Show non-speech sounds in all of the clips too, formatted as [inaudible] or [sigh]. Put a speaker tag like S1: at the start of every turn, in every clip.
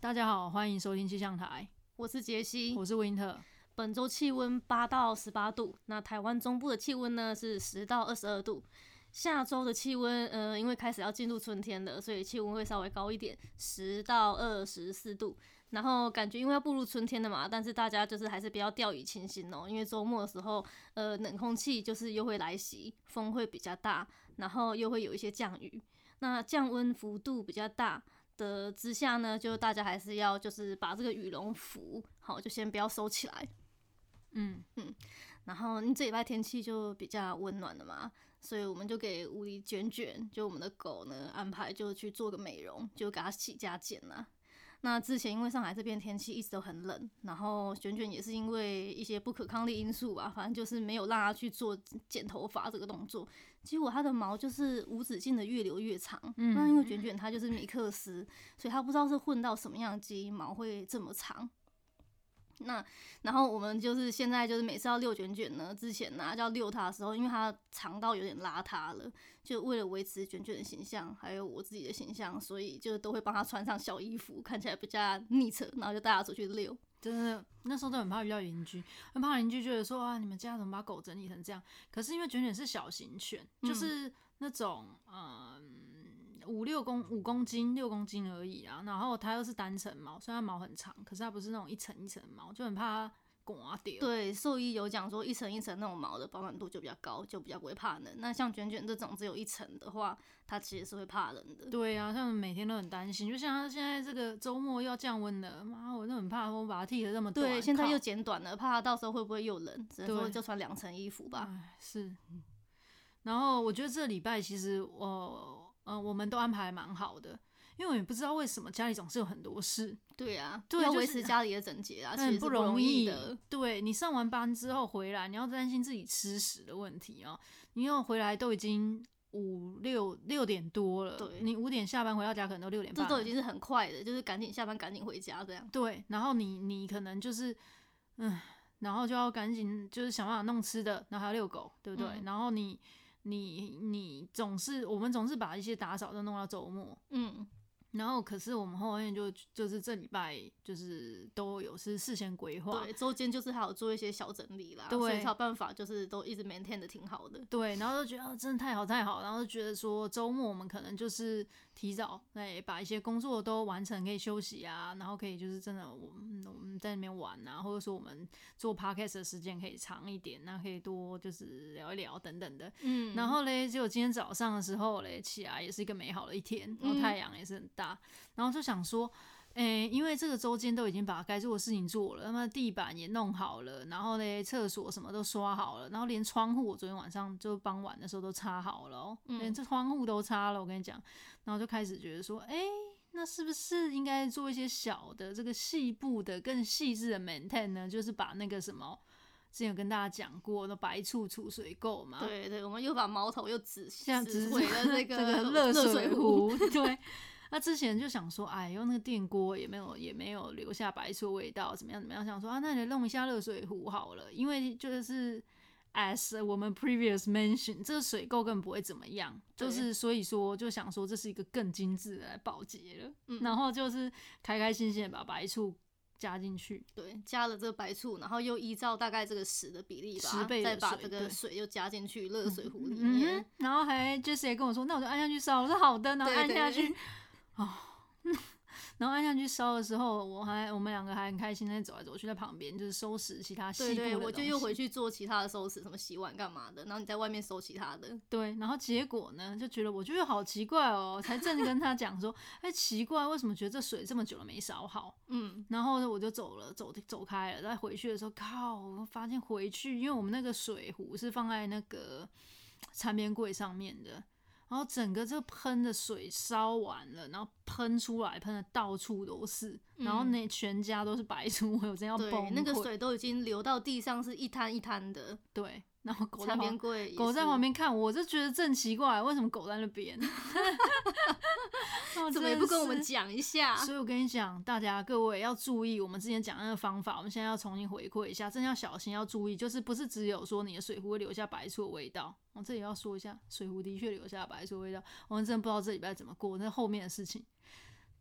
S1: 大家好，欢迎收听气象台，
S2: 我是杰西。
S1: 我是 Winter。
S2: 本周气温八到十八度，那台湾中部的气温呢是十到二十二度。下周的气温，呃，因为开始要进入春天了，所以气温会稍微高一点，十到二十四度。然后感觉因为要步入春天了嘛，但是大家就是还是不要掉以轻心哦，因为周末的时候，呃，冷空气就是又会来袭，风会比较大，然后又会有一些降雨。那降温幅度比较大的之下呢，就大家还是要就是把这个羽绒服好就先不要收起来。
S1: 嗯，
S2: 然后因为这礼拜天气就比较温暖了嘛，所以我们就给无敌卷卷，就我们的狗呢安排就去做个美容，就给它洗加剪啦。那之前因为上海这边天气一直都很冷，然后卷卷也是因为一些不可抗力因素吧，反正就是没有让它去做剪头发这个动作，结果它的毛就是无止境的越留越长。
S1: 嗯
S2: 那因为卷卷它就是米克斯，所以它不知道是混到什么样的基因毛会这么长。那然后我们就是现在就是每次要遛卷卷呢，之前呢、就要遛它的时候，因为它长到有点邋遢了，就为了维持卷卷的形象，还有我自己的形象，所以就都会帮它穿上小衣服，看起来比较逆扯，然后就带它出去遛。
S1: 真的那时候都很怕遇到邻居，很怕邻居觉得说啊，你们家怎么把狗整理成这样？可是因为卷卷是小型犬，
S2: 嗯
S1: 就是那种嗯五六公五公斤六公斤而已啊，然后它又是单层毛，虽然毛很长，可是它不是那种一层一层的毛，就很怕它刮掉。
S2: 对，兽医有讲说一层一层那种毛的保暖度就比较高，就比较不会怕冷。那像卷卷这种只有一层的话，它其实是会怕冷的。
S1: 对啊，他们每天都很担心，就像他现在这个周末要降温了，妈，我都很怕我把它剃得这么短。
S2: 对，现在又
S1: 靠
S2: 剪短了，怕它到时候会不会又冷，只能说
S1: 对嗯
S2: 就穿两层衣服吧。
S1: 唉哎是。然后我觉得这礼拜其实我呃我们都安排蛮好的，因为我也不知道为什么家里总是有很多事，
S2: 对啊，
S1: 对
S2: 要
S1: 就
S2: 维
S1: 是
S2: 持家里的整洁啊，其
S1: 很
S2: 实是
S1: 容
S2: 容易
S1: 易
S2: 的。。
S1: 对你上完班之后回来，你要担心自己吃食的问题哦，你要回来都已经五六六点多了，
S2: 对
S1: 你五点下班回到家可能都六点
S2: 这
S1: 半，
S2: 都已经是很快的，就是赶紧下班，赶紧回家这样。
S1: 对，然后你你可能就是，嗯，然后就要赶紧就是想办法弄吃的，然后还要遛狗，对不对？
S2: 嗯
S1: 然后你你你总是我们总是把一些打扫都弄到周末，
S2: 嗯，
S1: 然后可是我们后面就就是这礼拜就是都有是事先规划，
S2: 对，周间就是还有做一些小整理啦，所以
S1: 对
S2: 才有办法就是都一直 maintain 的挺好的。
S1: 对，然后就觉得、啊、真的太好太好，然后就觉得说周末我们可能就是提早哎把一些工作都完成，可以休息啊，然后可以就是真的我们我们在那边玩啊，或者说我们做 podcast 的时间可以长一点，那可以多就是聊一聊等等的。
S2: 嗯
S1: 然后嘞，结果今天早上的时候嘞，起来也是一个美好的一天，然后
S2: 嗯
S1: 太阳也是很大，然后就想说，诶、因为这个周间都已经把该做的事情做了，那么地板也弄好了，然后嘞，厕所什么都刷好了，然后连窗户我昨天晚上就傍晚的时候都擦好了、哦，
S2: 嗯
S1: 连这窗户都擦了，我跟你讲，然后就开始觉得说，诶、那是不是应该做一些小的这个细部的、更细致的 maintain 呢？就是把那个什么，之前有跟大家讲过，那白醋储水垢嘛，
S2: 对对，我们又把毛头又指
S1: 像
S2: 指
S1: 只
S2: 回了
S1: [laughs]
S2: 这
S1: 个
S2: 个
S1: 热
S2: 水壶。，
S1: [laughs]
S2: [laughs]
S1: 对。那之前就想说，哎，用那个电锅也没有也没有留下白醋味道，怎么样怎么样？想说啊，那你弄一下热水壶好了，因为就是 as 我们 previous mention，这个水垢根本不会怎么样，就
S2: 对
S1: 是所以说就想说这是一个更精致的来保洁了，
S2: 嗯
S1: 然后就是开开心心地把白醋加进去，
S2: 对，加了这个白醋，然后又依照大概这个十的比例吧，
S1: 10倍的
S2: 再把
S1: 水
S2: 这
S1: 对
S2: 个水又加进去热水壶里面。
S1: 嗯哼，然后还 Jesse 也跟我说，那我就按下去烧，我说好的，然后
S2: 对
S1: 按下去哦
S2: 对，
S1: [laughs] 然后按下去烧的时候，我还我们两个还很开心在走来走去，在旁边就是收拾其他细
S2: 对
S1: 部的
S2: 对，我就又回
S1: 去。
S2: 去做其他的收拾，什么洗碗干嘛的，然后你在外面收其他的。
S1: 对，然后结果呢，就觉得我觉得好奇怪哦，才正跟他讲说，哎，奇怪，为什么觉得这水这么久了没烧好？
S2: 嗯，
S1: 然后呢，我就走了，走走开了。再回去的时候，靠，我发现回去，因为我们那个水壶是放在那个餐边柜上面的，然后整个这喷的水烧完了，然后喷出来，喷的到处都是，然后
S2: 嗯
S1: 那全家都是白出， [laughs] 我有真要崩
S2: 对，
S1: 溃。
S2: 那个水都已经流到地上，是一滩一滩的。
S1: 对，然后狗在
S2: 餐边
S1: 旁
S2: 柜也
S1: 狗在
S2: 是
S1: 旁边看，我就觉得正奇怪，为什么狗在那
S2: [laughs]
S1: 边？ [laughs] 哦
S2: 怎么也不跟我
S1: 讲？
S2: 们讲一下？
S1: 所以我跟你讲，大家各位要注意，我们之前讲的那个方法，我们现在要重新回馈一下，真的要小心，要注意，就是不是只有说你的水壶会留下白醋的味道，我、这里要说一下，水壶的确留下白醋的味道，我们真的不知道这礼拜怎么过，那后面的事情。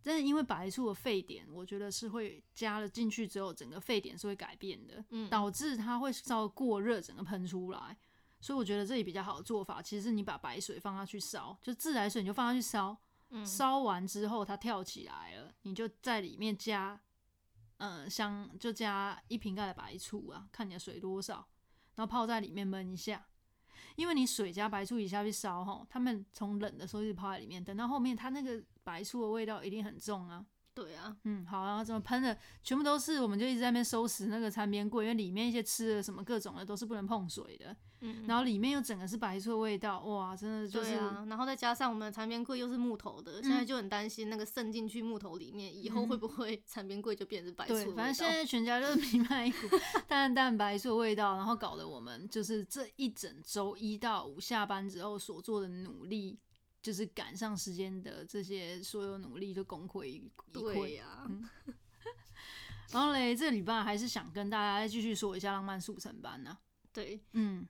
S1: 但是因为白醋的沸点，我觉得是会加了进去之后，整个沸点是会改变的，
S2: 嗯
S1: 导致它会稍微过热，整个喷出来。所以我觉得这里比较好的做法，其实是你把白水放下去烧，就自来水你就放下去烧，
S2: 嗯
S1: 烧完之后它跳起来了，你就在里面加，嗯，香就加一瓶盖的白醋啊，看你的水多少，然后泡在里面焖一下。因为你水加白醋一下去烧吼，他们从冷的时候就泡在里面，等到后面它那个白醋的味道一定很重啊。
S2: 对啊，
S1: 嗯，好，然后怎么喷的全部都是，我们就一直在那边收拾那个餐边柜，因为里面一些吃的什么各种的都是不能碰水的，
S2: 嗯，
S1: 然后里面又整个是白醋的味道，哇，真的就是嗯
S2: 对啊，然后再加上我们的产边柜又是木头的，现在就很担心那个渗进去木头里面，以后会不会 [laughs] 产边柜就变成是白醋的味
S1: 对，
S2: 道？
S1: 反正现在全家就是弥漫一股淡淡白醋的味道，然后搞得我们就是这一整周一到五下班之后所做的努力，就是赶上时间的这些所有努力就功亏一篑
S2: 对。呀、
S1: 嗯然后嘞，这礼拜还是想跟大家再继续说一下浪漫速成班呢、
S2: 对，
S1: 嗯，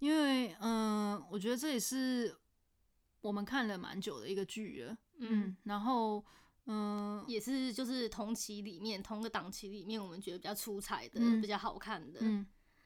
S1: 因为嗯、呃我觉得这也是我们看了蛮久的一个剧了。
S2: 嗯，
S1: 嗯，然后嗯、
S2: 也是就是同期里面同个档期里面，我们觉得比较出彩的、
S1: 嗯
S2: 比较好看的。
S1: 嗯，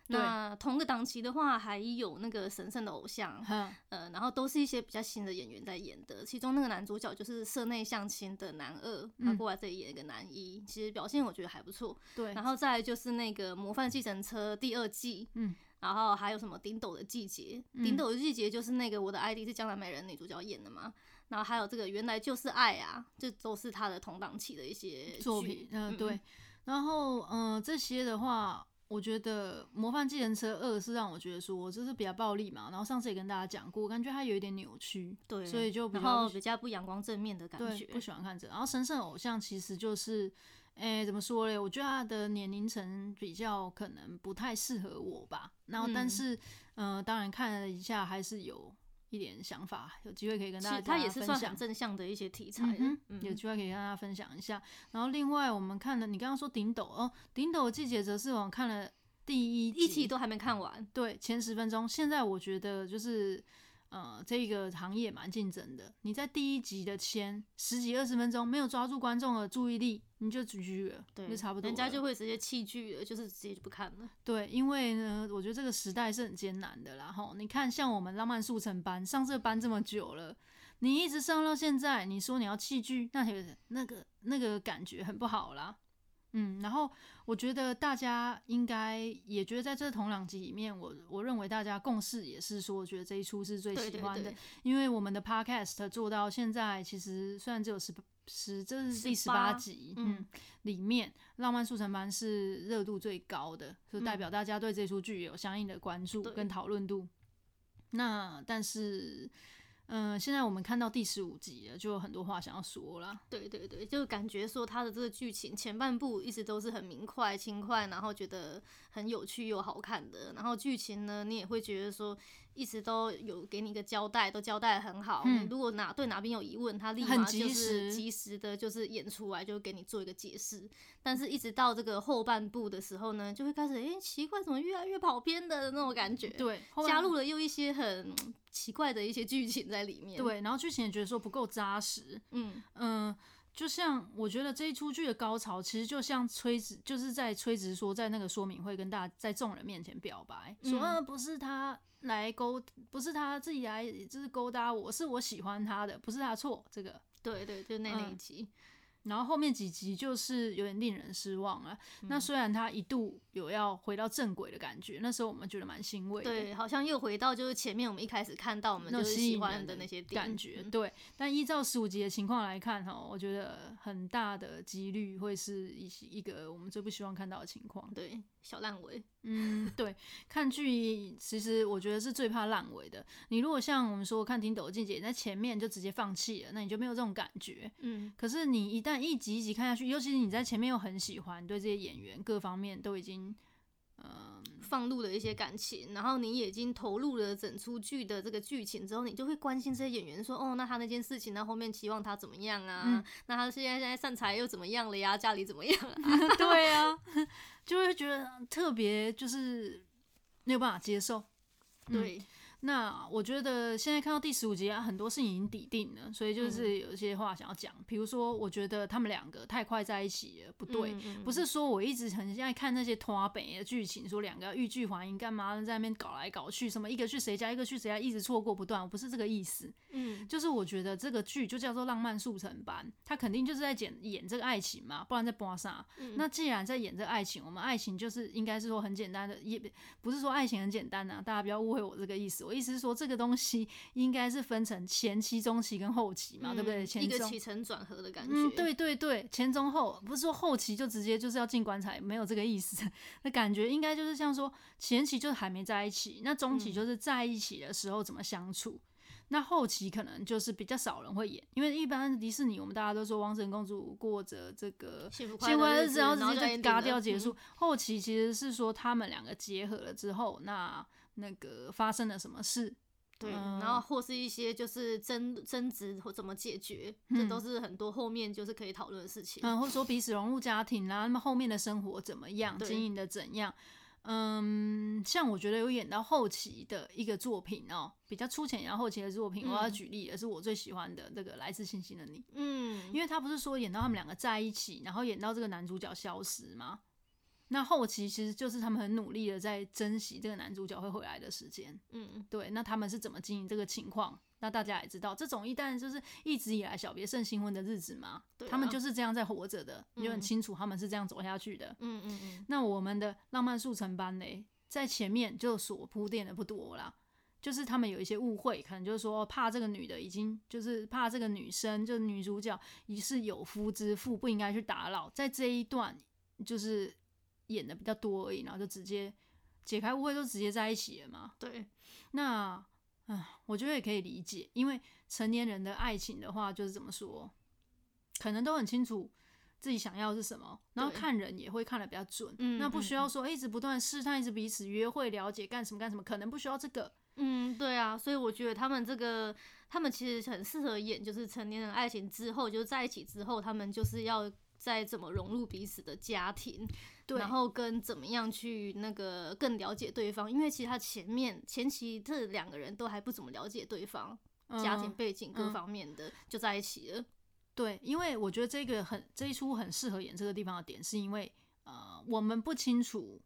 S2: 那同个档期的话，还有那个神圣的偶像， [laughs]
S1: 哈，
S2: 呃，然后都是一些比较新的演员在演的。其中那个男主角就是社内相亲的男二，他
S1: 嗯
S2: 过来这里演一个男一，其实表现我觉得还不错。
S1: 对，
S2: 然后再来就是那个《模范计程车》第二季，
S1: 嗯，
S2: 然后还有什么《顶斗的季节》？
S1: 嗯
S2: 顶斗的季节》就是那个我的 ID 是江南美人女主角演的嘛。然后还有这个原来就是爱啊，这都是他的同档期的一些
S1: 作
S2: 剧
S1: 品，嗯、
S2: 嗯
S1: 对。然后嗯、呃这些的话，我觉得《模范计程车二》是让我觉得说，就是比较暴力嘛。然后上次也跟大家讲过，我感觉它有一点扭曲，
S2: 对，
S1: 所以就比
S2: 然
S1: 较
S2: 后
S1: 不喜
S2: 比较不阳光正面的感
S1: 对
S2: 觉。
S1: 不喜欢看这个。然后神圣偶像其实就是。哎，怎么说嘞？我觉得他的年龄层比较可能不太适合我吧。然后，但
S2: 嗯
S1: 是，呃，当然看了一下，还是有一点想法，有机会可以跟
S2: 其
S1: 大家
S2: 实他也是
S1: 分
S2: 算
S1: 享
S2: 很。正向的一些题材
S1: 嗯
S2: 的
S1: 哼，
S2: 嗯
S1: 有机会可以跟大家分享一下。然后另外我们看了，你刚刚说顶斗哦，顶斗的季节则是我看了第一
S2: 一
S1: 集
S2: 期都还没看完。
S1: 对前十分钟。现在我觉得就是呃，这个行业蛮竞争的。你在第一集的前十几二十分钟没有抓住观众的注意力，你就 GG 了，
S2: 对，
S1: 就差不多了。
S2: 人家就会直接弃剧了，就是直接就不看了。
S1: 对，因为呢，我觉得这个时代是很艰难的啦。吼，你看，像我们浪漫速成班上这个班这么久了，你一直上到现在，你说你要弃剧，那有那个那个感觉很不好啦。嗯，然后我觉得大家应该也觉得在这同两集里面，我我认为大家共识也是说，我觉得这一出是最
S2: 对
S1: 喜
S2: 对
S1: 欢的，
S2: 对，
S1: 因为我们的 podcast 做到现在，其实虽然只有十十，这是第十
S2: 18
S1: 八集，
S2: 嗯
S1: 嗯，里面《浪漫速成班》是热度最高的，就代表大家对这出剧有相应的关注
S2: 嗯对
S1: 跟讨论度。那但是，嗯、现在我们看到第十五集了，就有很多话想要说啦。
S2: 对对对，就感觉说他的这个剧情前半部一直都是很明快、轻快，然后觉得很有趣又好看的。然后剧情呢，你也会觉得说一直都有给你一个交代，都交代得很好。
S1: 嗯
S2: 你如果哪对哪边有疑问，他立
S1: 很
S2: 马
S1: 及
S2: 就是
S1: 时
S2: 及时的，就是演出来，就给你做一个解释。但是，一直到这个后半部的时候呢，就会开始诶，奇怪，怎么越来越跑偏的那种感觉。
S1: 对，后来
S2: 加入了又一些很奇怪的一些剧情在里面。，
S1: 对，然后剧情也觉得说不够扎实，
S2: 嗯，
S1: 嗯，就像我觉得这一出剧的高潮，其实就像崔植，就是在崔植说在那个说明会跟大家在众人面前表白，说
S2: 嗯
S1: 啊不是他来勾，不是他自己来就是勾搭我，是我喜欢他的，不是他错这个。
S2: 对对，就那那一
S1: 嗯
S2: 集。
S1: 然后后面几集就是有点令人失望啊。那
S2: 嗯
S1: 虽然他一度有要回到正轨的感觉，那时候我们觉得蛮欣慰的。
S2: 对，好像又回到就是前面我们一开始看到我们
S1: 那
S2: 就是
S1: 吸
S2: 喜
S1: 引
S2: 欢
S1: 人
S2: 的
S1: 的
S2: 那些点嗯
S1: 感觉。对，但依照十五集的情况来看，哈，我觉得很大的几率会是一些一个我们最不希望看到的情况。
S2: 对，小烂尾，
S1: 嗯，对，看剧其实我觉得是最怕烂尾的。你如果像我们说看《听斗境界》，你在前面就直接放弃了，那你就没有这种感觉。
S2: 嗯，
S1: 可是你一旦一集一集看下去，尤其是你在前面又很喜欢，对这些演员各方面都已经，嗯、
S2: 放入了一些感情，然后你也已经投入了整出剧的这个剧情之后，你就会关心这些演员说，哦，那他那件事情，那后面期望他怎么样啊？
S1: 嗯
S2: 那他现在现在散财又怎么样了呀？家里怎么样啊？
S1: 对 [laughs] 啊，就会觉得特别就是没有办法接受。嗯
S2: 对，
S1: 那我觉得现在看到第十五集啊，很多事情已经抵定了，所以
S2: 嗯
S1: 就是有一些话想要讲，比如说，我觉得他们两个太快在一起了，不对，
S2: 嗯，嗯
S1: 不是说我一直很现在看那些拖北的剧情，说两个要欲拒还迎，干嘛在那边搞来搞去，什么一个去谁家，一个去谁家，一直错过不断，我不是这个意思。
S2: 嗯
S1: 就是我觉得这个剧就叫做浪漫速成班，他肯定就是在演演这个爱情嘛，不然在播啥？
S2: 嗯
S1: 那既然在演这个爱情，我们爱情就是应该是说很简单的，也不是说爱情很简单啊，大家不要误会我这个意思。我意思是说，这个东西应该是分成前期、中期跟后期啊嘛，对不对？
S2: 嗯
S1: 前
S2: 一个
S1: 中
S2: 起承转合的感觉，
S1: 嗯，对对对，前中后不是说后期就直接就是要进棺材，没有这个意思。 [laughs] 那感觉应该就是像说前期就是还没在一起，那中
S2: 嗯
S1: 期就是在一起的时候怎么相处。那后期可能就是比较少人会演，因为一般迪士尼我们大家都说王子跟公主过着这个
S2: 幸福快
S1: 幸福
S2: 乐
S1: 快乐
S2: 的日
S1: 日
S2: 子，
S1: 子，然后
S2: 然后
S1: 直
S2: 就
S1: 接就
S2: ending
S1: 嘎
S2: 了
S1: 掉结束
S2: 嗯。
S1: 后期其实是说他们两个结合了之后，那那个发生了什么事？
S2: 对，
S1: 嗯
S2: 然后或是一些就是争争执或怎么解决，这都是很多后面就是可以讨论的事情。
S1: 嗯，或者说彼此融入家庭啦，那么后面的生活怎么样，
S2: 对
S1: 经营的怎样？嗯，像我觉得有演到后期的一个作品哦，比较粗浅，然后后期的作品，我要
S2: 嗯
S1: 举例也是我最喜欢的这个《来自星星的你》，
S2: 嗯，
S1: 因为他不是说演到他们两个在一起，然后演到这个男主角消失吗？那后期其实就是他们很努力的在珍惜这个男主角会回来的时间，
S2: 嗯
S1: 对，那他们是怎么经营这个情况？那大家也知道，这种一旦就是一直以来小别胜新婚的日子嘛，
S2: 对啊
S1: 他们就是这样在活着的，你就很
S2: 嗯
S1: 清楚他们是这样走下去的。
S2: 嗯嗯嗯，
S1: 那我们的浪漫速成班嘞，在前面就所铺垫的不多啦，就是他们有一些误会，可能就是说怕这个女的已经就是怕这个女生，就是女主角已是有夫之妇，不应该去打扰，在这一段就是演的比较多而已，然后就直接解开误会，就直接在一起了嘛。
S2: 对，
S1: 那嗯，我觉得也可以理解，因为成年人的爱情的话，就是怎么说，可能都很清楚自己想要是什么，然后
S2: 对
S1: 看人也会看得比较准。
S2: 嗯
S1: 那不
S2: 嗯
S1: 需要说、诶一直不断试探，一直彼此约会、了解干什么干什么，可能不需要这个。
S2: 嗯对啊，所以我觉得他们这个他们其实很适合演，就是成年人爱情之后，就是在一起之后，他们就是要。再怎么融入彼此的家庭，
S1: 对，
S2: 然后跟怎么样去那个更了解对方，因为其实他前面前期这两个人都还不怎么了解对方，家庭
S1: 嗯
S2: 背景各
S1: 嗯
S2: 方面的、就在一起了。
S1: 对，因为我觉得这个很这一出很适合演这个地方的点，是因为呃，我们不清楚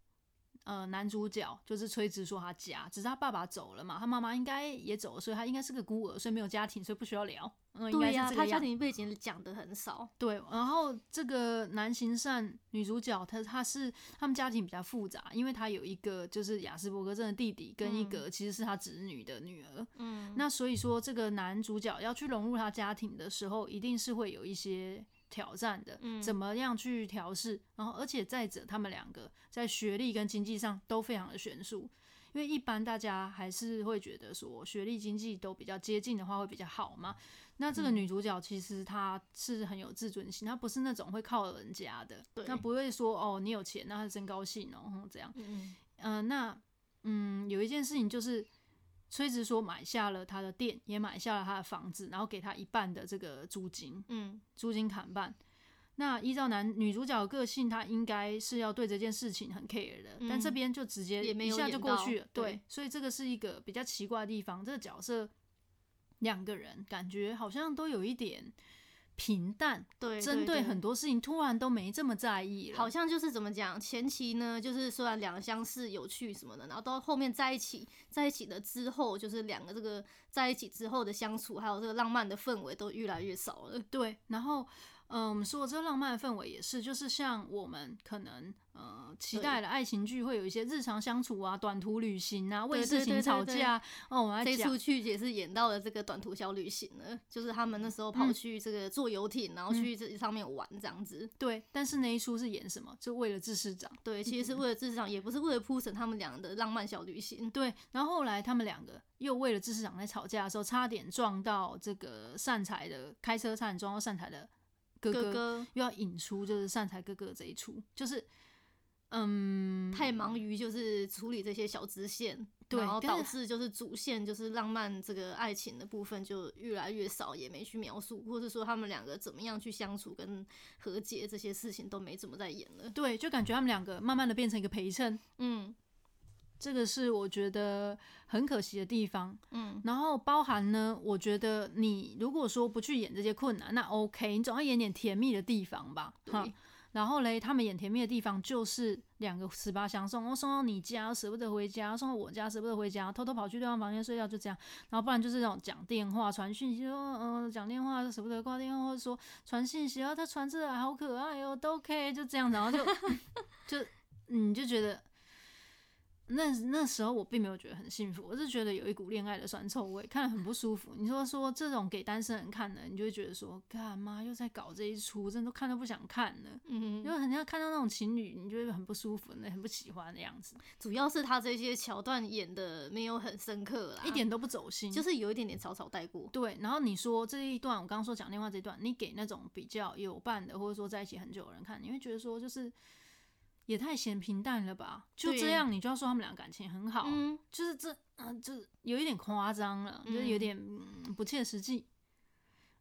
S1: 呃男主角就是崔植说他家，只是他爸爸走了嘛，他妈妈应该也走了，所以他应该是个孤儿，所以没有家庭，所以不需要聊。嗯，应该
S2: 对
S1: 是
S2: 呀、
S1: 这
S2: 他
S1: 个
S2: 家
S1: 样。
S2: 庭背景讲的很少。
S1: 对，然后这个南行善女主角，她她是他们家庭比较复杂，因为她有一个就是雅斯伯格症的弟弟，跟一
S2: 嗯
S1: 个其实是她侄女的女儿。
S2: 嗯，
S1: 那所以说，这个男主角要去融入他家庭的时候，一定是会有一些挑战的。
S2: 嗯
S1: 怎么样去调试？然后，而且再者，他们两个在学历跟经济上都非常的悬殊，因为一般大家还是会觉得说，学历、经济都比较接近的话，会比较好嘛。那这个
S2: 嗯
S1: 女主角其实她是很有自尊心，她不是那种会靠人家的，
S2: 对
S1: 那不会说哦，你有钱，那她真高兴哦，哼这样。
S2: 嗯
S1: 嗯、那嗯，有一件事情就是，崔植说买下了他的店，也买下了他的房子，然后给他一半的这个租金，
S2: 嗯
S1: 租金砍半。那依照男女主角的个性，她应该是要对这件事情很 care 的，但这
S2: 嗯
S1: 边就直接
S2: 也没
S1: 一
S2: 有
S1: 下
S2: 演
S1: 就过
S2: 到
S1: 去了。对，
S2: 对
S1: 所以这个是一个比较奇怪的地方。这个角色两个人感觉好像都有一点平淡，
S2: 对，
S1: 针
S2: 对
S1: 对很。多事情突然都没这么在意了。
S2: 好像就是怎么讲，前期呢，就是虽然两个相似、有趣什么的，然后到后面在一起，在一起了之后，就是两个这个在一起之后的相处，还有这个浪漫的氛围都越来越少了。
S1: 对，然后，嗯、我们说这浪漫的氛围也是，就是像我们可能，呃，期
S2: 对
S1: 待的爱情剧会有一些日常相处啊、短途旅行啊、为
S2: 对
S1: 事
S2: 对
S1: 情
S2: 对
S1: 吵
S2: 对对
S1: 架啊哦，我们
S2: 这
S1: 来
S2: 一
S1: 讲
S2: 出，去也是演到了这个短途小旅行了，就是他们那时候跑
S1: 嗯
S2: 去这个坐游艇，然后去这上面玩这样子。
S1: 对，但是那一出是演什么？就为了志士长，
S2: 对，其
S1: 嗯
S2: 实是为了智商，也不是为了铺陈他们俩的浪漫小旅行。
S1: 对，然后后来他们两个又为了志士长在吵架的时候，差点撞到这个善财的开车，差点撞到善财的哥
S2: 哥哥
S1: 又要引出就是善财哥哥这一出，就是，嗯，
S2: 太忙于就是处理这些小支线，
S1: 对
S2: 然后
S1: 但
S2: 导
S1: 是
S2: 致就是主线就是浪漫这个爱情的部分就越来越少，也没去描述，或者说他们两个怎么样去相处跟和解这些事情都没怎么在演了。
S1: 对，就感觉他们两个慢慢的变成一个陪衬，
S2: 嗯，
S1: 这个是我觉得很可惜的地方。
S2: 嗯，
S1: 然后包含呢，我觉得你如果说不去演这些困难，那 OK，你总要演点甜蜜的地方吧。哈
S2: 对，
S1: 然后嘞，他们演甜蜜的地方就是两个十八相送，我送到你家舍不得回家，送到我家舍不得回家，偷偷跑去对方房间睡觉，就这样。然后不然就是那种讲电话、传讯息，说嗯、呃讲电话舍不得挂电话，或者说传信息啊，他传这来好可爱哦，都 OK，就这样，然后就 [laughs] 就你就觉得。那那时候我并没有觉得很幸福，我是觉得有一股恋爱的酸臭味，看了很不舒服。你说说这种给单身人看的，你就会觉得说，干嘛又在搞这一出，真的都看都不想看了。
S2: 嗯
S1: 因为人家看到那种情侣，你就会很不舒服，很不喜欢的样子，
S2: 主要是他这些桥段演的没有很深刻啦，
S1: 一点都不走心。
S2: 啊就是有一点点草草带过。
S1: 对，然后你说这一段，我刚刚说讲电话这一段，你给那种比较有伴的，或者说在一起很久的人看，你会觉得说，就是也太显平淡了吧？就
S2: 对
S1: 这样，你就要说他们俩感情很好，
S2: 嗯，
S1: 就是这，嗯、就是有一点夸张了，就是有
S2: 嗯
S1: 点、嗯不切实际。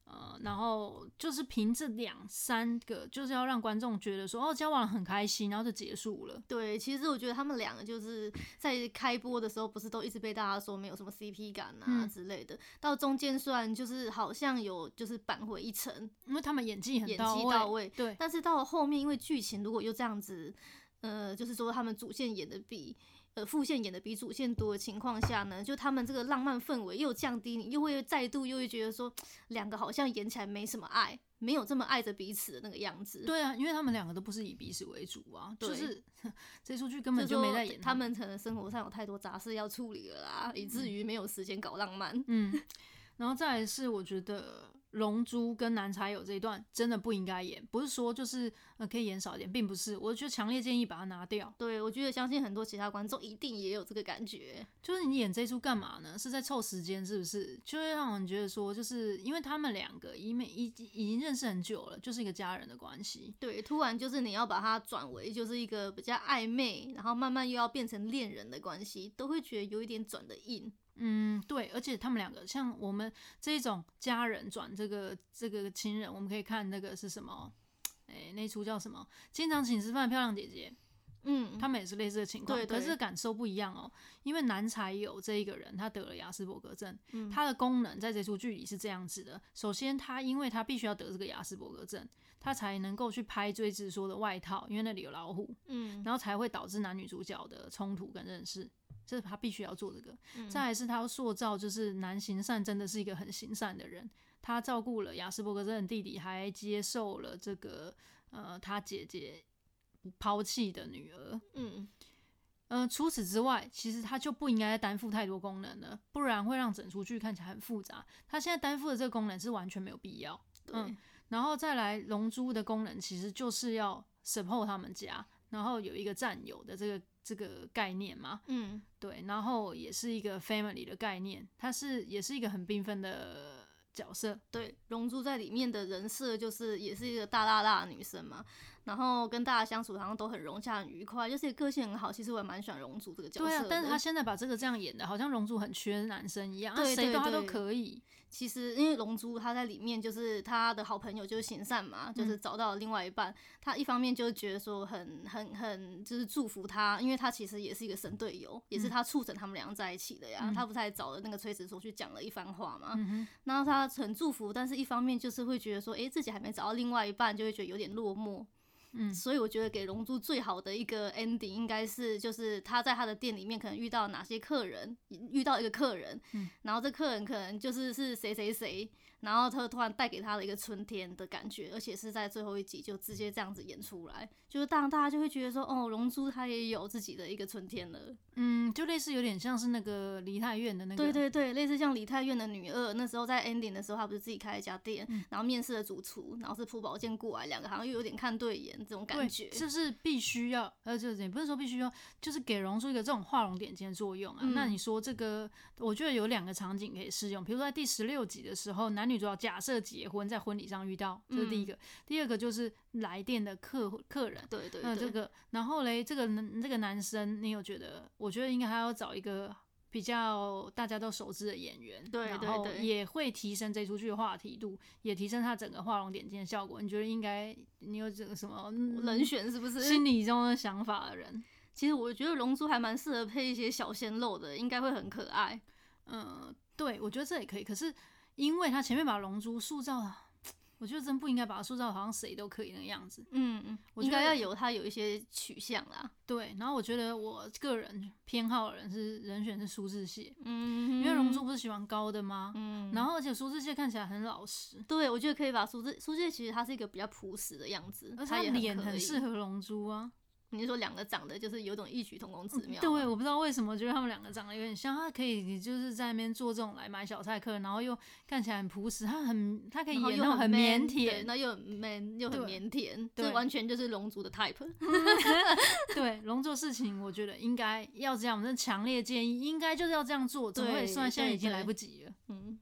S1: 呃，然后就是凭这两三个，就是要让观众觉得说，哦，交往很开心，然后就结束了。
S2: 对，其实我觉得他们两个就是在开播的时候，不是都一直被大家说没有什么 CP 感啊
S1: 嗯
S2: 之类的。到中间虽然就是好像有就是扳回一城，
S1: 因为他们演技很
S2: 演
S1: 到
S2: 技
S1: 位，
S2: 到位
S1: 对，
S2: 但是到了后面，因为剧情如果又这样子，呃，就是说他们主线演的比呃副线演的比主线多的情况下呢，就他们这个浪漫氛围又降低，你又会再度又会觉得说两个好像演起来没什么爱，没有这么爱着彼此的那个样子。，
S1: 对啊，因为他们两个都不是以彼此为主啊，就
S2: 对
S1: 是这出剧根本
S2: 就
S1: 就没在
S2: 说
S1: 演啊
S2: 他。们可能生活上有太多杂事要处理了啦，以至于没有时间搞浪漫。
S1: 嗯，然后再来是我觉得龙珠跟男才友这一段真的不应该演，不是说就是呃可以演少一点，并不是，我就强烈建议把它拿掉。
S2: 对，我觉得相信很多其他观众一定也有这个感觉。
S1: 就是你演这出干嘛呢？是在凑时间是不是？就会让人觉得说，就是因为他们两个已没已已经认识很久了，就是一个家人的关系。
S2: 对，突然就是你要把它转为就是一个比较暧昧，然后慢慢又要变成恋人的关系，都会觉得有一点转的硬。
S1: 嗯，对，而且他们两个像我们这种家人转这个这个亲人，我们可以看那个是什么？哎，那一出叫什么？经常请吃饭的漂亮姐姐，
S2: 嗯，
S1: 他们也是类似的情况，
S2: 对对
S1: 可是感受不一样哦。因为男才有这一个人，他得了亚斯伯格症，
S2: 嗯
S1: 他的功能在这出剧里是这样子的：首先，他因为他必须要得这个亚斯伯格症，他才能够去拍追直说的外套，因为那里有老虎。
S2: 嗯，
S1: 然后才会导致男女主角的冲突跟认识，这是他必须要做这个。
S2: 嗯
S1: 再来是他要塑造，就是男行善真的是一个很行善的人，他照顾了雅斯伯格症的弟弟，还接受了这个呃他姐姐抛弃的女儿。
S2: 嗯，
S1: 呃，除此之外，其实他就不应该再担负太多功能了，不然会让整出剧看起来很复杂。他现在担负的这个功能是完全没有必要。
S2: 对，
S1: 嗯然后再来，龙珠的功能其实就是要 support 他们家，然后有一个战友的这个这个概念嘛，
S2: 嗯，
S1: 对，然后也是一个 family 的概念，它是也是一个很缤纷的角色，
S2: 对，龙珠在里面的人设就是也是一个大大大的女生嘛，然后跟大家相处好像都很融洽、很愉快，就是个性很好。其实我也蛮喜欢龙珠这个角色
S1: 对
S2: 的。
S1: 啊，但是他现在把这个这样演的，好像龙珠很缺男生一样，啊
S2: 对
S1: 谁
S2: 对
S1: 都他都
S2: 对
S1: 可以，
S2: 其实因为龙珠他在里面就是他的好朋友就是行善嘛，
S1: 嗯
S2: 就是找到了另外一半。他一方面就觉得说很很很就是祝福他，因为他其实也是一个神队友，也是他促成他们两个在一起的呀。
S1: 嗯
S2: 他不是还找了那个崔子说去讲了一番话嘛？
S1: 嗯哼，
S2: 然后他很祝福，但是一方面就是会觉得说，诶，自己还没找到另外一半，就会觉得有点落寞。
S1: 嗯
S2: 所以我觉得给龙珠最好的一个 ending 应该是，就是他在他的店里面可能遇到哪些客人，遇到一个客人，
S1: 嗯
S2: 然后这客人可能就是是谁谁谁，然后他突然带给他的一个春天的感觉，而且是在最后一集就直接这样子演出来，就是当大家就会觉得说，哦，龙珠他也有自己的一个春天了。
S1: 嗯，就类似有点像是那个梨泰院的那个，
S2: 对对对，类似像梨泰院的女二，那时候在 ending 的时候，她不是自己开了一家店，
S1: 嗯
S2: 然后面试了主厨，然后是朴宝剑过来，两个好像又有点看对眼这种
S1: 对
S2: 感觉。
S1: 是不是必须要？呃，就是也不是说必须要，就是给榕树一个这种画龙点睛的作用啊。那
S2: 嗯
S1: 你说这个，我觉得有两个场景可以适用，比如说在第十六集的时候，男女主角假设结婚，在婚礼上遇到，这是
S2: 嗯
S1: 第一个；第二个就是来电的客客人。
S2: 对对对，
S1: 那这个，然后嘞，这个男这个男生，你有觉得？我觉得应该还要找一个比较大家都熟知的演员，
S2: 对对
S1: 然后
S2: 对
S1: 也会提升这出剧的话题度，也提升它整个画龙点睛的效果。你觉得应该？你有这个什么嗯
S2: 人选是不是？
S1: 心理中的想法的人。
S2: 其实我觉得龙珠还蛮适合配一些小鲜肉的，应该会很可爱。
S1: 嗯，对，我觉得这也可以。可是因为他前面把龙珠塑造的，我觉得真不应该把它塑造得好像谁都可以那个样子。
S2: 嗯嗯，
S1: 我
S2: 应
S1: 觉
S2: 该
S1: 得
S2: 要有它有一些取向啦。
S1: 对，然后我觉得我个人偏好的人是人选是苏志燮，
S2: 嗯，
S1: 因为龙珠，不是喜欢高的吗？
S2: 嗯，
S1: 然后而且苏志燮看起来很老实，
S2: 对我觉得可以把苏志苏志燮其实他是一个比较朴实的样子，
S1: 而且
S2: 他
S1: 他
S2: 也
S1: 脸
S2: 很
S1: 很适
S2: 合。
S1: 合龙珠啊。
S2: 你是说两个长得就是有种异曲同工之妙吗？
S1: 嗯对，我不知道为什么，觉得他们两个长得有点像。他可以就是在那边做这种来买小菜客，然后又看起来很朴实，他很他可以
S2: 然后
S1: 演
S2: 又
S1: 到
S2: 很
S1: 腼
S2: man，
S1: 腆。
S2: 对那又很 man 又很
S1: 对
S2: 腼腆，
S1: 对
S2: 这完全就是龙族的 type。 [laughs]
S1: 对龙做事情，我觉得应该要这样，我真的强烈建议，应该就是要这样做。怎么会
S2: 对
S1: 算现在
S2: 对
S1: 已经来
S2: 对
S1: 不及了？
S2: 嗯，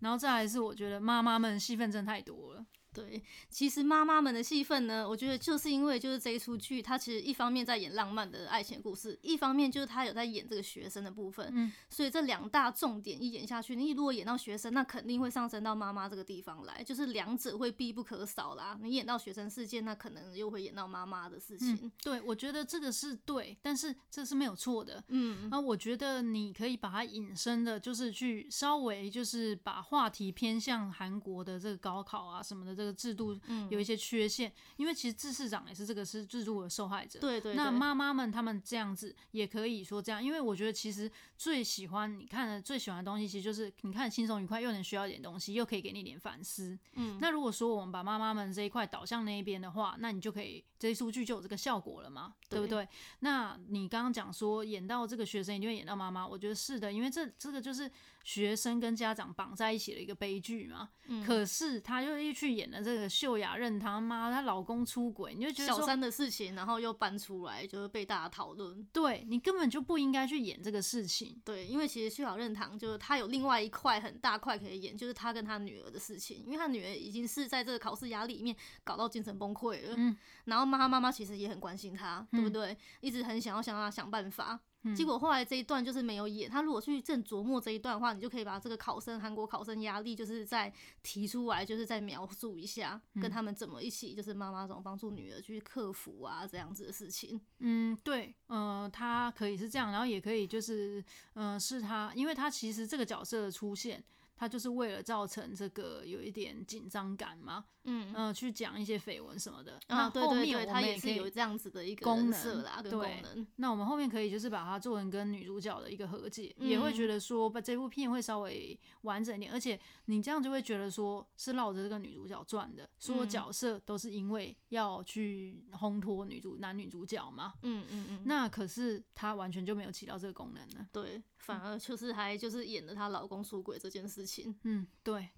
S1: 然后再来是我觉得妈妈们戏份真的太多了。
S2: 对，其实妈妈们的戏份呢，我觉得就是因为就是这一出剧，它其实一方面在演浪漫的爱情故事，一方面就是它有在演这个学生的部分，
S1: 嗯，
S2: 所以这两大重点一演下去，你如果演到学生，那肯定会上升到妈妈这个地方来，就是两者会必不可少啦。你演到学生事件，那可能又会演到妈妈的事情
S1: 嗯。，对，我觉得这个是对，但是这是没有错的。
S2: 嗯
S1: 那我觉得你可以把它引申的，就是去稍微就是把话题偏向韩国的这个高考啊什么的这个制度
S2: 嗯
S1: 有一些缺陷，因为其实自市长也是这个是制度的受害者。
S2: 对对对，
S1: 那妈妈们他们这样子也可以说这样，因为我觉得其实最喜欢你看的最喜欢的东西，其实就是你看轻松愉快，又能学到一点东西，又可以给你一点反思。
S2: 嗯
S1: 那如果说我们把妈妈们这一块导向那一边的话，那你就可以这一出剧就有这个效果了嘛，对不
S2: 对
S1: 对？那你刚刚讲说演到这个学生一定会演到妈妈，我觉得是的，因为这这个就是学生跟家长绑在一起的一个悲剧嘛。
S2: 嗯
S1: 可是她又一去演了这个秀雅任他妈，她老公出轨，你就觉得
S2: 小
S1: 说。
S2: 三的事情，然后又搬出来，就是被大家讨论。
S1: 对你根本就不应该去演这个事情，
S2: 对，因为其实薛小任堂就是他有另外一块很大块可以演，就是他跟他女儿的事情，因为他女儿已经是在这个考试压力里面搞到精神崩溃了，
S1: 嗯，
S2: 然后妈他妈妈其实也很关心他，对不
S1: 嗯
S2: 对？一直很想要想让他想办法，
S1: 嗯
S2: 结果后来这一段就是没有演。他如果去正琢磨这一段的话，你就可以把这个考生韩国考生压力就是再提出来，就是再描述一下，
S1: 嗯
S2: 跟他们怎么一起就是妈妈怎么帮助女儿去克服啊这样子的事情。
S1: 嗯，对，呃，他可以是这样，然后也可以就是，呃，是他，因为他其实这个角色的出现，他就是为了造成这个有一点紧张感嘛，
S2: 嗯。
S1: 嗯、去讲一些绯闻什么的。
S2: 啊，
S1: 那
S2: 对
S1: 后
S2: 对
S1: 面
S2: 对，
S1: 我
S2: 他
S1: 们
S2: 也
S1: 可
S2: 是
S1: 以
S2: 有这样子的一个
S1: 功
S2: 人
S1: 能
S2: 设啦，跟
S1: 对
S2: 功能。
S1: 那我们后面可以就是把它做成跟女主角的一个和解，也会觉
S2: 嗯
S1: 得说把这部片会稍微完整一点，而且你这样就会觉得说是绕着这个女主角转的，所有
S2: 嗯
S1: 角色都是因为要去烘托女主男女主角嘛。
S2: 嗯嗯嗯，
S1: 那可是它完全就没有起到这个功能呢。
S2: 对，反而就是还就是演了她老公出轨这件事情。
S1: 嗯，对。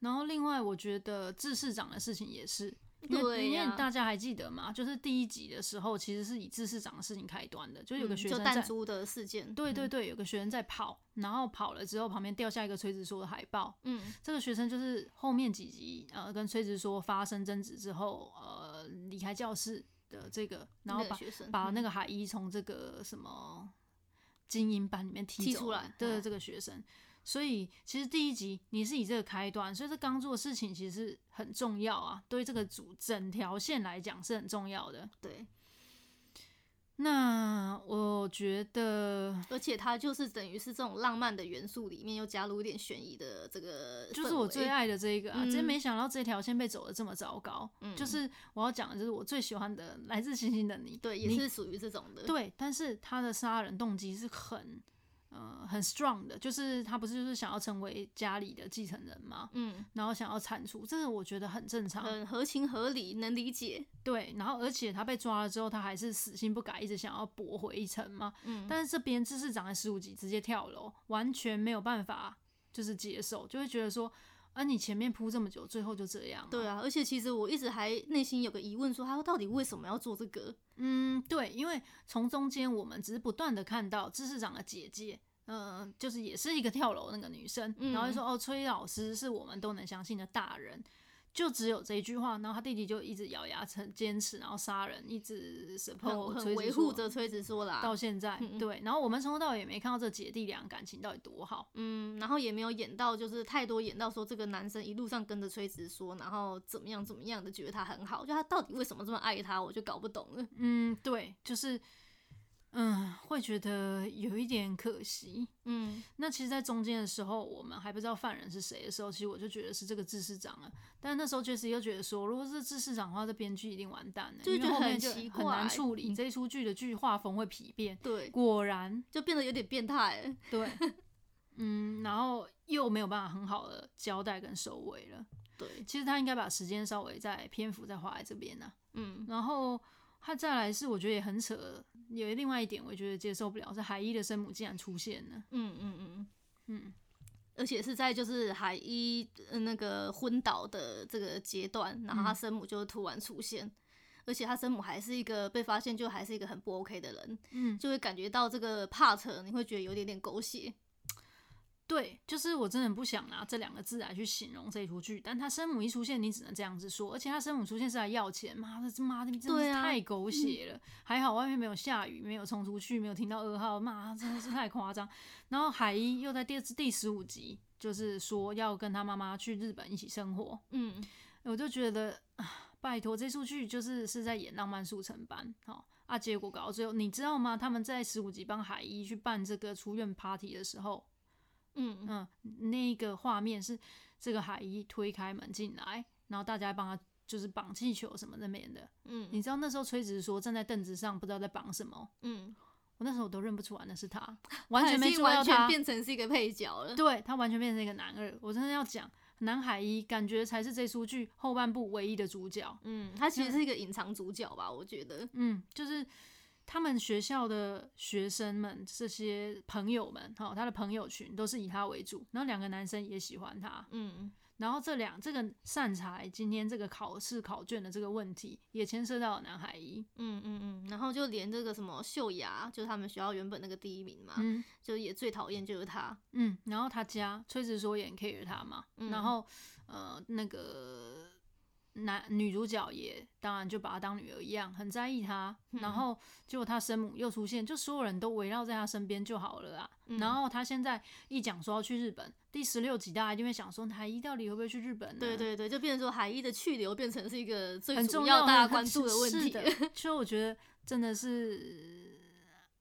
S1: 然后另外，我觉得智市长的事情也是，因为
S2: 对
S1: 因
S2: 呀
S1: 为大家还记得吗？就是第一集的时候，其实是以智市长的事情开端的，就是有个
S2: 嗯
S1: 学
S2: 就
S1: 生
S2: 弹
S1: 在，
S2: 珠的事件。
S1: 对对
S2: 嗯，
S1: 对，有个学生在跑，然后跑了之后，旁边掉下一个崔子说的海报。
S2: 嗯
S1: 这个学生就是后面几集，呃，跟崔子说发生争执之后，呃，离开教室的这个，然后
S2: 那个
S1: 把
S2: 学生
S1: 把那
S2: 嗯
S1: 个海一从这个什么精英班里面踢
S2: 踢
S1: 走
S2: 出
S1: 了
S2: 来
S1: 对
S2: 嗯
S1: 这个学生。所以其实第一集你是以这个开端，所以这刚做的事情其实很重要啊，对这个组整条线来讲是很重要的。
S2: 对，
S1: 那我觉得
S2: 而且它就是等于是这种浪漫的元素里面又加入一点悬疑的这个，
S1: 就是我最。爱的这一个啊，
S2: 嗯
S1: 真没想到这条线被走的这么糟糕。
S2: 嗯
S1: 就是我要讲的就是我最喜欢的《来自星星的你》，
S2: 对，也
S1: 你
S2: 是属于这种的。，
S1: 对，但是他的杀人动机是很呃很 strong 的，就是他不是就是想要成为家里的继承人吗？
S2: 嗯，
S1: 然后想要铲除，这个我觉得很正常。
S2: 很合情合理，能理解。
S1: 对，然后而且他被抓了之后，他还是死性不改，一直想要驳回一层嘛。
S2: 嗯，
S1: 但是这边知识长在十五级直接跳楼，完全没有办法就是接受，就会觉得说，啊，你前面铺这么久，最后就这样、
S2: 对，啊，而且其实我一直还内心有个疑问，说他到底为什么要做这个？
S1: 嗯，对，因为从中间我们只是不断的看到知识长的姐姐。嗯，就是也是一个跳楼那个女生，
S2: 嗯
S1: 然后就说哦，崔老师是我们都能相信的大人，就只有这一句话。然后他弟弟就一直咬牙撑坚持，然后杀人，一直 support
S2: 很很
S1: 崔子
S2: 维
S1: 硕
S2: 护着崔子说啦，
S1: 到现在。
S2: 嗯嗯
S1: 对，然后我们从头到尾也没看到这姐弟俩感情到底多好。
S2: 嗯，然后也没有演到，就是太多演到说这个男生一路上跟着崔子说，然后怎么样怎么样的，觉得他很好，就他到底为什么这么爱他，我就搞不懂了。
S1: 嗯，对，就是嗯，会觉得有一点可惜。
S2: 嗯
S1: 那其实，在中间的时候，我们还不知道犯人是谁的时候，其实我就觉得是这个志市长了。但那时候确实又觉得说，如果是志市长的话，这编剧一定完蛋了、
S2: 就
S1: 因为
S2: 觉得
S1: 后面
S2: 很
S1: 就
S2: 奇
S1: 很难
S2: 怪嗯
S1: 处理这一出剧的剧画风会疲变。
S2: 对，
S1: 果
S2: [laughs]
S1: 然，
S2: 就变得有点变态欸。
S1: 对，嗯，然后又没有办法很好的交代跟收尾了。
S2: 对，
S1: 其实他应该把时间稍微再篇幅再花在这边呢、啊
S2: 嗯，
S1: 然后他再来是我觉得也很扯，有另外一点我觉得接受不了是海一的生母竟然出现了，
S2: 嗯嗯嗯，
S1: 嗯，
S2: 而且是在就是海一呃那个昏倒的这个阶段，然后他生母就突然出现，而且他生母还是一个被发现就还是一个很不 OK 的人，
S1: 嗯，
S2: 就会感觉到这个怕扯，你会觉得有点点狗血。
S1: 对，就是我真的不想拿这两个字来去形容这一出剧，但他生母一出现，你只能这样子说，而且他生母出现是来要钱，妈的，这妈的真的是
S2: 对啊
S1: 太狗血了。还好外面没有下雨，没有冲出去，没有听到噩耗，妈真的是太夸张。然后海一又在第第十五集，就是说要跟他妈妈去日本一起生活，
S2: 嗯，
S1: 我就觉得，啊拜托，这出剧就是是在演浪漫速成班，哦、啊，结果搞到最后，你知道吗？他们在十五集帮海一去办这个出院 party 的时候，
S2: 嗯，
S1: 嗯，那个画面是这个海一推开门进来，然后大家帮他就是绑气球什么那边的。你
S2: 嗯，
S1: 知道那时候崔子说站在凳子上不知道在绑什么，
S2: 嗯，
S1: 我那时候我都认不出来那是他，
S2: 他
S1: 完全
S2: 已
S1: 没
S2: 经
S1: 注意到
S2: 完全
S1: 他，
S2: 变成是一个配角了。
S1: 对他完全变成一个男二。我真的要讲，南海一感觉才是这出剧后半部唯一的主角。
S2: 嗯，他其实是一个隐藏主角吧，我觉得。
S1: 嗯，就是他们学校的学生们，这些朋友们，哈、他的朋友群都是以他为主，然后两个男生也喜欢他，
S2: 嗯
S1: 然后这两这个善才今天这个考试考卷的这个问题也牵涉到了南海一，
S2: 嗯嗯嗯，然后就连这个什么秀雅，就是他们学校原本那个第一名嘛，
S1: 嗯
S2: 就也最讨厌就是他。
S1: 嗯，然后他家崔子说也很 care 他嘛，
S2: 嗯
S1: 然后呃那个男女主角也当然就把他当女儿一样，很在意他，
S2: 嗯
S1: 然后结果他生母又出现，就所有人都围绕在他身边就好了啊。
S2: 嗯
S1: 然后他现在一讲说要去日本，第十六集大家一定会想说台一到底会不会去日本呢？啊
S2: 对对对，就变成说海一的去留变成是一个最
S1: 嗯很
S2: 主
S1: 重
S2: 要大家
S1: 很
S2: 关注
S1: 是
S2: 问 [laughs]
S1: 是
S2: 题。
S1: 的所以我觉得真的是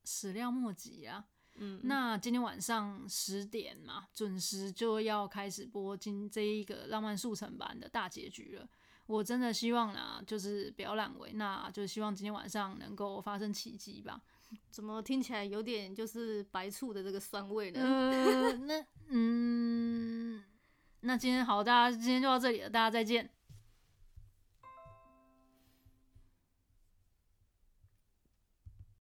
S1: 始料莫及啊。
S2: 嗯，
S1: 那今天晚上十点嘛，准时就要开始播今这一个浪漫速成版的大结局了。我真的希望啦，就是不要烂尾，那就希望今天晚上能够发生奇迹吧。
S2: 怎么听起来有点就是白醋的这个酸味呢？
S1: 嗯呃，那嗯，那今天好，大家今天就到这里了，大家再见。